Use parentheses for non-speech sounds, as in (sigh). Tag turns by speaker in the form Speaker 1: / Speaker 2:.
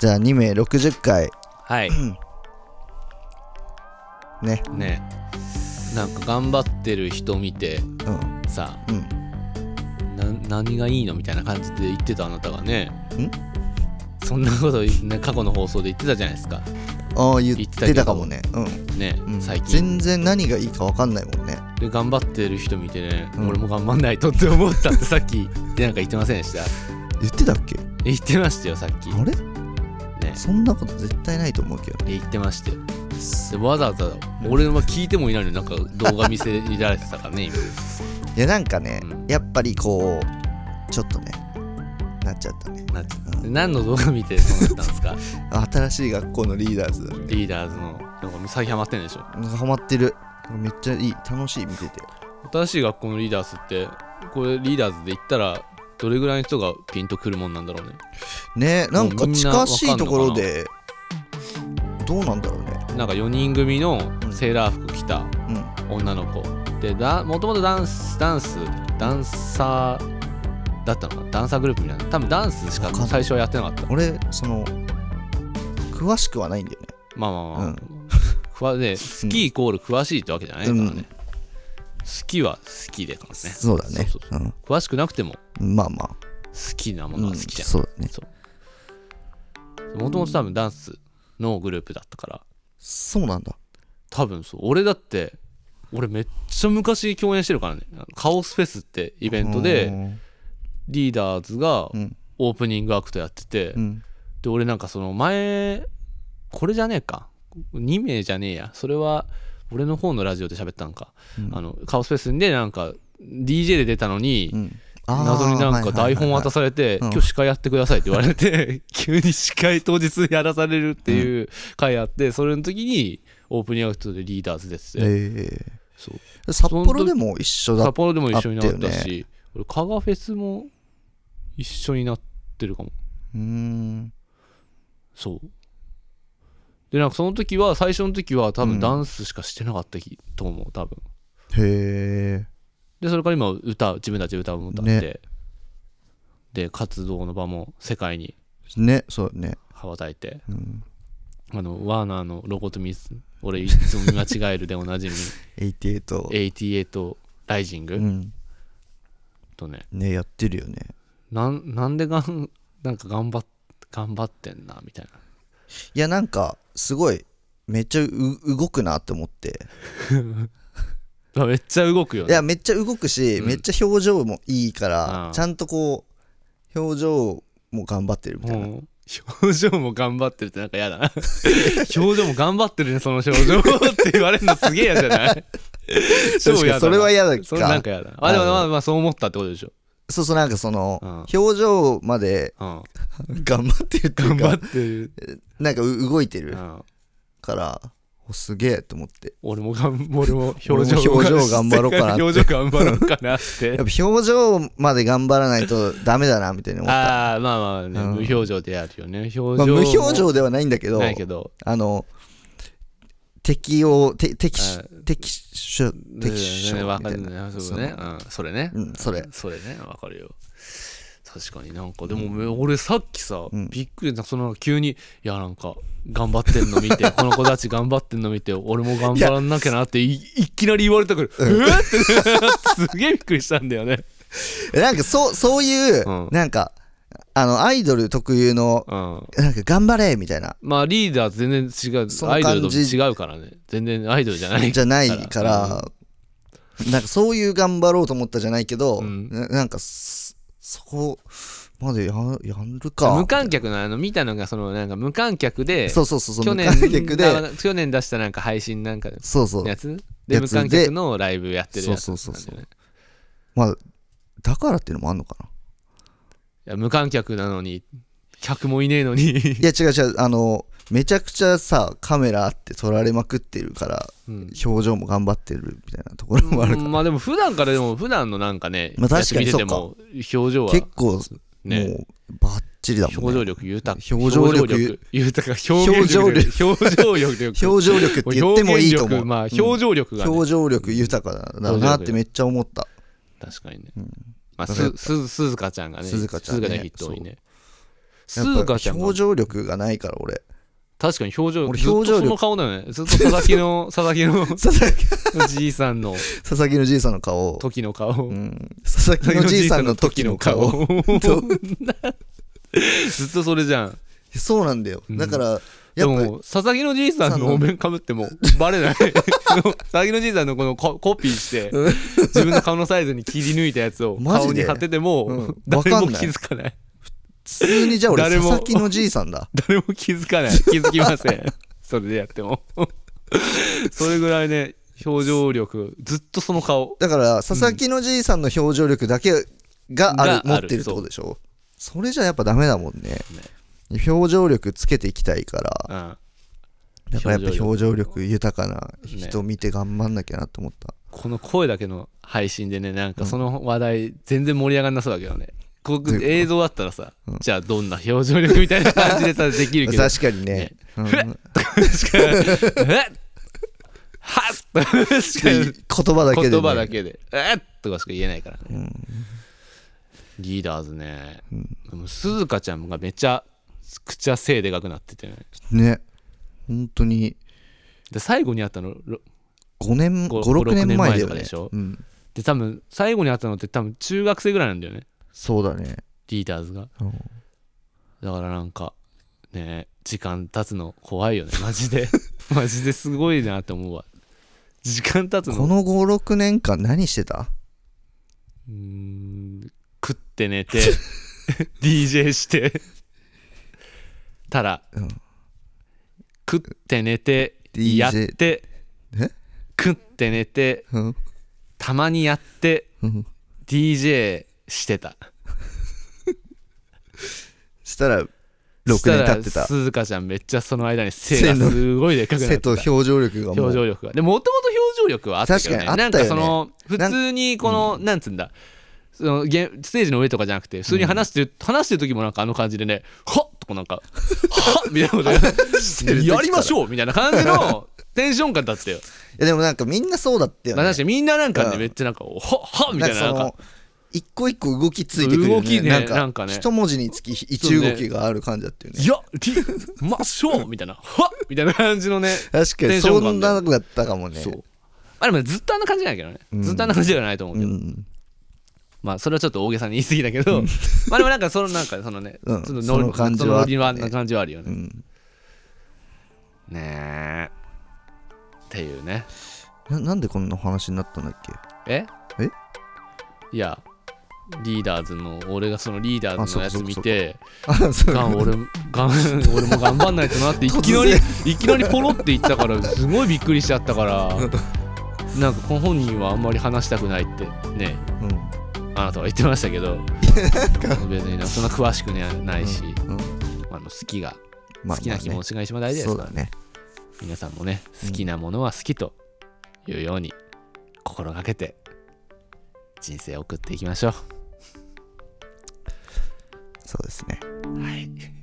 Speaker 1: じゃあ2名60回 (clears throat)
Speaker 2: はい
Speaker 1: ね
Speaker 2: ねなんか頑張ってる人見て
Speaker 1: うん
Speaker 2: さ
Speaker 1: うん
Speaker 2: な何がいいのみたいな感じで言ってたあなたがね
Speaker 1: ん
Speaker 2: そんなこと、ね、過去の放送で言ってたじゃないですか
Speaker 1: ああ言っ
Speaker 2: 言ってたけ
Speaker 1: て
Speaker 2: ど
Speaker 1: たかもねう
Speaker 2: ね、
Speaker 1: ん、うん、
Speaker 2: 最近
Speaker 1: 全然何がいいか分かんないもんね
Speaker 2: で頑張ってる人見てね、
Speaker 1: うん
Speaker 2: 俺も頑張んないとって思ったってさっきでなんか言ってませんでした
Speaker 1: 言ってたっけ
Speaker 2: 言ってましたよさっき
Speaker 1: あれ
Speaker 2: ね
Speaker 1: そんなこと絶対ないと思うけど
Speaker 2: 言ってましたよでわざわざ俺は聞いてもいないのになんか動画見せられてたからね今
Speaker 1: いやなんかね、
Speaker 2: うん
Speaker 1: やっぱりこうちょっとねなっちゃったね
Speaker 2: なで何の動画見てそうなったんですか
Speaker 1: あ新しい学校のリーダーズ
Speaker 2: リーダーズのなんか最近ハマってんでしょ
Speaker 1: なんかハマってるめっちゃいい楽しい見てて
Speaker 2: 新しい学校のリーダーズってこれリーダーズで言ったらどれぐらいの人がピンとくるもんなんだろうね
Speaker 1: ねなんか
Speaker 2: もうみんな
Speaker 1: 近しいところでどうなんだろうね
Speaker 2: なんか4人組のセーラー服着た
Speaker 1: うん
Speaker 2: 女の子でだもともとダンスダンスダンサーだったのかなダンサーグループみたいな多分ダンスしか
Speaker 1: わかんない
Speaker 2: 最初はやってなかった
Speaker 1: 俺その詳しくはないんだよね
Speaker 2: まあまあまあ、
Speaker 1: う
Speaker 2: くわで好きイコール詳しいってわけじゃないからね、
Speaker 1: うん
Speaker 2: 好きは好きでからね
Speaker 1: そうだね
Speaker 2: そうそう詳しくなくても
Speaker 1: うんまあまあ
Speaker 2: 好きなも
Speaker 1: う
Speaker 2: の
Speaker 1: ん
Speaker 2: が好きじゃん、
Speaker 1: そうだね
Speaker 2: そうもともと多分ダンスのグループだったから
Speaker 1: そうなんだ
Speaker 2: 多分そう俺だって俺めっちゃ昔共演してるからねあのカオスフェスってイベントでリーダーズが
Speaker 1: うん
Speaker 2: オープニングアクトやってて、
Speaker 1: うん
Speaker 2: で俺なんかその前これじゃねえか2名じゃねえやそれは俺の方のラジオで喋ったんか、
Speaker 1: うん
Speaker 2: あのカオスフェスでなんか DJ で出たのに、
Speaker 1: うん
Speaker 2: 謎になんか台本渡
Speaker 1: す
Speaker 2: されて「
Speaker 1: うん
Speaker 2: 今日司会やってください」って言われて (laughs) 急に司会当日やらされるっていう回あってそれの時にオープニングアクトでリーダーズですって
Speaker 1: ええ
Speaker 2: そう
Speaker 1: 札幌でも一緒だ
Speaker 2: 札幌でも一緒になっ
Speaker 1: あ
Speaker 2: た
Speaker 1: ったよ
Speaker 2: し俺加賀フェスも一緒になってるかも
Speaker 1: うーん
Speaker 2: そうでなんかその時は最初の時は多
Speaker 1: うん
Speaker 2: 分ダンスしかしてなかった日と思う多分
Speaker 1: へえ
Speaker 2: でそれから今歌自分たちで歌も歌って、で活動の場も世界に
Speaker 1: ねそうね
Speaker 2: 羽ばたいて
Speaker 1: うん
Speaker 2: あのワーナーのロゴとミス俺いつも見間違えるでおなじ (laughs) み
Speaker 1: 88
Speaker 2: 88ライジング、
Speaker 1: うん
Speaker 2: とね
Speaker 1: ねやってるよね
Speaker 2: なんなんでがんなんか頑張っ頑張ってんなみたいない
Speaker 1: やなんかすごいめっちゃう動くなって思って
Speaker 2: うわめっちゃ動くよ
Speaker 1: い
Speaker 2: ね
Speaker 1: やめっちゃ動くし、
Speaker 2: うん
Speaker 1: めっちゃ表情もいいから、
Speaker 2: うん
Speaker 1: ちゃんとこう表情も頑張ってるみたいな、
Speaker 2: もう表情も頑張ってるってなんか嫌だな (laughs) 表情も頑張ってるねその表情って言われるのすげえ嫌じ
Speaker 1: (laughs)
Speaker 2: ゃない
Speaker 1: 確かにそれは
Speaker 2: 嫌
Speaker 1: 嫌だ
Speaker 2: それな
Speaker 1: か
Speaker 2: んか嫌だあでも
Speaker 1: あの
Speaker 2: まあまあそう思ったってことでしょ、
Speaker 1: そうそうなんかその、
Speaker 2: うん (laughs)
Speaker 1: 表情まで
Speaker 2: うん、
Speaker 1: 頑張ってるっていう
Speaker 2: 頑
Speaker 1: か
Speaker 2: 張ってる、
Speaker 1: なんかう動いて
Speaker 2: う
Speaker 1: る
Speaker 2: ん、
Speaker 1: から、おすげえと思って
Speaker 2: 俺もがん俺も表情
Speaker 1: 俺も表情頑張ろうかなって
Speaker 2: 表情頑張ろうかなって
Speaker 1: (laughs) やっぱ表情まで頑張らないとダメだなみたいに思った、
Speaker 2: ああまあまあね、
Speaker 1: うん
Speaker 2: 無表情でやるよね表情、
Speaker 1: まあ、無表情ではないんだけど
Speaker 2: ないけど
Speaker 1: あの敵をて敵
Speaker 2: あ
Speaker 1: 敵手敵手
Speaker 2: ねわ
Speaker 1: み
Speaker 2: か
Speaker 1: たい
Speaker 2: るね
Speaker 1: な
Speaker 2: そうねうんそれね、
Speaker 1: うんそれ
Speaker 2: それねわかるよ確かになんかでも、俺さっきさ、
Speaker 1: うん
Speaker 2: びっくりなその急にいやなんか頑張ってんの見
Speaker 1: (laughs)
Speaker 2: てこの子たち頑張ってんの見て俺も頑張らなきゃなっていいきなり言われたから、うわって (laughs) すげえびっくりしたんだよね
Speaker 1: えなんかそうそういう、
Speaker 2: うん
Speaker 1: なんかあのアイドル特有の
Speaker 2: うん
Speaker 1: なんか頑張れみたいな
Speaker 2: まあリーダー全然違
Speaker 1: そうの
Speaker 2: アイドルと
Speaker 1: 感じ
Speaker 2: 違うからね全然アイドルじゃない
Speaker 1: じゃないから、なんかそういう頑張ろうと思ったじゃないけど、
Speaker 2: うん
Speaker 1: ななんかそそこまでややるか
Speaker 2: 無観客のあの見たのがそのなんか無観客で
Speaker 1: そうそうそうそう
Speaker 2: 去年
Speaker 1: 無観客で
Speaker 2: だ去年出したなんか配信なんかの
Speaker 1: そうそう
Speaker 2: やつで
Speaker 1: やつで
Speaker 2: 無観客のライブやってるやつ
Speaker 1: そ
Speaker 2: な
Speaker 1: うんそうそうそう
Speaker 2: だよね
Speaker 1: まあだからっていうのもあんのかない
Speaker 2: や無観客なのに客もいねえのに、
Speaker 1: (laughs) いや違う違うあのめちゃくちゃさカメラあって撮られまくってるから
Speaker 2: うん
Speaker 1: 表情も頑張ってるみたいなところもあるから、
Speaker 2: まあでも普段からでも普段のなんかね、
Speaker 1: まあ確かに
Speaker 2: やつ見てても表情は
Speaker 1: 結構、
Speaker 2: ね
Speaker 1: もうバッチリだもんね
Speaker 2: 表情力豊か
Speaker 1: 表情力
Speaker 2: 豊か表現力表情力
Speaker 1: 表情力って言ってもいいと
Speaker 2: 表
Speaker 1: 思う、
Speaker 2: 現力まあ
Speaker 1: うん
Speaker 2: 表情力がね、
Speaker 1: 表情力豊かだなってめっちゃ思った
Speaker 2: 確かにね、
Speaker 1: うん
Speaker 2: まあ
Speaker 1: だからやっ
Speaker 2: すすずかちゃんがね
Speaker 1: 鈴鹿ちゃんね
Speaker 2: 鈴ヒットにね鈴
Speaker 1: ぱ
Speaker 2: 鹿ちゃんが
Speaker 1: 表情力がないから俺
Speaker 2: 確かに表情
Speaker 1: 俺
Speaker 2: ずっと
Speaker 1: 表情
Speaker 2: そ
Speaker 1: 力
Speaker 2: の顔だよねずっと佐々木
Speaker 1: (laughs)
Speaker 2: の佐々木の
Speaker 1: 佐々木
Speaker 2: じいさんの
Speaker 1: 佐々木のじいさんの顔、
Speaker 2: 時の顔
Speaker 1: うん、佐々木のじいさんの時の顔
Speaker 2: 佐々木のじいさんの時の顔ずっとそれじゃん
Speaker 1: そうなんだよ
Speaker 2: うん
Speaker 1: だから
Speaker 2: で
Speaker 1: やっぱ
Speaker 2: も佐々木のじいさんのお面かぶってもバレない (laughs) 佐々木のじいさんのこのココピーして
Speaker 1: う
Speaker 2: 自分の顔のサイズに切り抜いたやつを
Speaker 1: マジ
Speaker 2: 顔に
Speaker 1: で
Speaker 2: 貼ってても、
Speaker 1: うん
Speaker 2: 誰
Speaker 1: わか
Speaker 2: も
Speaker 1: んない
Speaker 2: 気づかない
Speaker 1: 普通にじゃあ俺
Speaker 2: 誰
Speaker 1: 佐
Speaker 2: も
Speaker 1: 々木のじいさんだ
Speaker 2: 誰も気づか (laughs) ない気づきませんそれでやっても (laughs) それぐらいね表情力ずっとその顔
Speaker 1: だから佐々木のじいさんの表情力だけがある、
Speaker 2: が
Speaker 1: 持
Speaker 2: ある
Speaker 1: ってるってことでしょそれじゃやっぱダメだもんね表情力つけていきたいから
Speaker 2: うん
Speaker 1: だからやっ
Speaker 2: 表
Speaker 1: ぱ
Speaker 2: 情力
Speaker 1: 表情力豊かな人見て頑張んなきゃなと思った、
Speaker 2: この声だけの配信でねなんかその話題全然盛り上がんなそうだけどねこ
Speaker 1: どういうこと
Speaker 2: 映像だったらさ、じゃあどんな表情力みたいな感じでさできるけど
Speaker 1: 確かにねうん
Speaker 2: (laughs) 確かに (laughs) えっはっ確かに
Speaker 1: (laughs) 言葉だけで、ね、
Speaker 2: 言葉だけで「えっ!」とかしか言えないからね、リーダーズね、でも鈴鹿ちゃんがめっちゃ口は背でかくなっててね
Speaker 1: ね本当に
Speaker 2: で最後にあったのろ
Speaker 1: 5年
Speaker 2: ご
Speaker 1: 56年前だよ
Speaker 2: ごろくねん前とか
Speaker 1: ね
Speaker 2: でしょ
Speaker 1: うん、
Speaker 2: で多分最後にあったのって多分中学生ぐらいなんだよね
Speaker 1: そうだね
Speaker 2: リーダーズが
Speaker 1: うん
Speaker 2: だからなんかね時間経つの怖いよねマジ
Speaker 1: (laughs)
Speaker 2: でマジですごいなって思うわ時間経つの
Speaker 1: この56年間何してた (laughs)
Speaker 2: うーん食って
Speaker 1: (laughs)
Speaker 2: 寝て DJ してただ、
Speaker 1: うん
Speaker 2: 食って寝て
Speaker 1: DJ
Speaker 2: やって
Speaker 1: え
Speaker 2: 食って寝て
Speaker 1: うん
Speaker 2: たまにやって
Speaker 1: うん、
Speaker 2: DJ してた
Speaker 1: したら6
Speaker 2: した
Speaker 1: 年
Speaker 2: ら
Speaker 1: 経ってた
Speaker 2: 鈴鹿ちゃんめっちゃその間に背が
Speaker 1: 背の
Speaker 2: すごいでかくなって
Speaker 1: 背と
Speaker 2: た
Speaker 1: 表情力がもう
Speaker 2: 表情力がでもともと表情力はあったけど、ね、
Speaker 1: 確かにあ
Speaker 2: な
Speaker 1: っ
Speaker 2: ん
Speaker 1: たよ
Speaker 2: か
Speaker 1: ね
Speaker 2: その普
Speaker 1: なん
Speaker 2: 通にこのなんつうんだそのゲステージの上とかじゃなくて普通に話してる、話してる時もなんかあの感じでね「はっ!」とかなんか「はっ!」 (laughs) みたいなことや
Speaker 1: る (laughs) 時から
Speaker 2: やりましょうみたいな感じの (laughs) テンション感だったよ。
Speaker 1: いやでもなんかみんなそうだったよ
Speaker 2: まあ
Speaker 1: ね
Speaker 2: 確かにみんななんかね
Speaker 1: うん
Speaker 2: めっちゃなんか「はっはっ!」み
Speaker 1: な
Speaker 2: た
Speaker 1: ん
Speaker 2: い
Speaker 1: か
Speaker 2: な
Speaker 1: そ
Speaker 2: なんか
Speaker 1: の一個一個動きついてくるよ
Speaker 2: 動き
Speaker 1: ね
Speaker 2: ね
Speaker 1: なんか
Speaker 2: なんかね
Speaker 1: 一文字につき一動きがある感じだったよ
Speaker 2: 「
Speaker 1: ね
Speaker 2: いやりましょう!」みたいな「はっ!」みたいな感じのね
Speaker 1: 確か
Speaker 2: テ
Speaker 1: に
Speaker 2: ンショ
Speaker 1: そ
Speaker 2: ン感
Speaker 1: んなだったかもね
Speaker 2: そうまあでもずっとあんな感じなんだけどね、ずっとあんな感じではないと思うけ
Speaker 1: う
Speaker 2: ど、
Speaker 1: ん
Speaker 2: まあそれはちょっと大げさに言い過ぎだけど、 (laughs) まあでもなんかそのなんかそのね、
Speaker 1: うん
Speaker 2: ちょっと
Speaker 1: その感じはあったね
Speaker 2: そのノリな感じはあるよ
Speaker 1: う
Speaker 2: ね。
Speaker 1: ん
Speaker 2: ねえ。っていうね。
Speaker 1: ななんでこんな話になったんだっけ
Speaker 2: え
Speaker 1: え
Speaker 2: いや、リーダーズの、俺がそのリーダー
Speaker 1: あ
Speaker 2: ズ
Speaker 1: そうか
Speaker 2: のやつ
Speaker 1: そうか
Speaker 2: 見て、
Speaker 1: (laughs) あそう
Speaker 2: ガン俺もガン俺も頑張んないと
Speaker 1: (laughs)
Speaker 2: なっていきなり
Speaker 1: 突
Speaker 2: いきなりポロって言ったからすごいびっくりしちゃったからなんかこの本人はあんまり話したくないってね
Speaker 1: うん
Speaker 2: あなたは言ってましたけど別にねそんな詳しくねないし、
Speaker 1: うん
Speaker 2: あの好きが
Speaker 1: まあ
Speaker 2: 好きな気
Speaker 1: まあ
Speaker 2: 持
Speaker 1: ね
Speaker 2: ちが一番大事です
Speaker 1: そう
Speaker 2: から、
Speaker 1: だね
Speaker 2: 皆さんもね好きなものは好きというように心がけて人生を送っていきましょ
Speaker 1: そうですね
Speaker 2: う。はい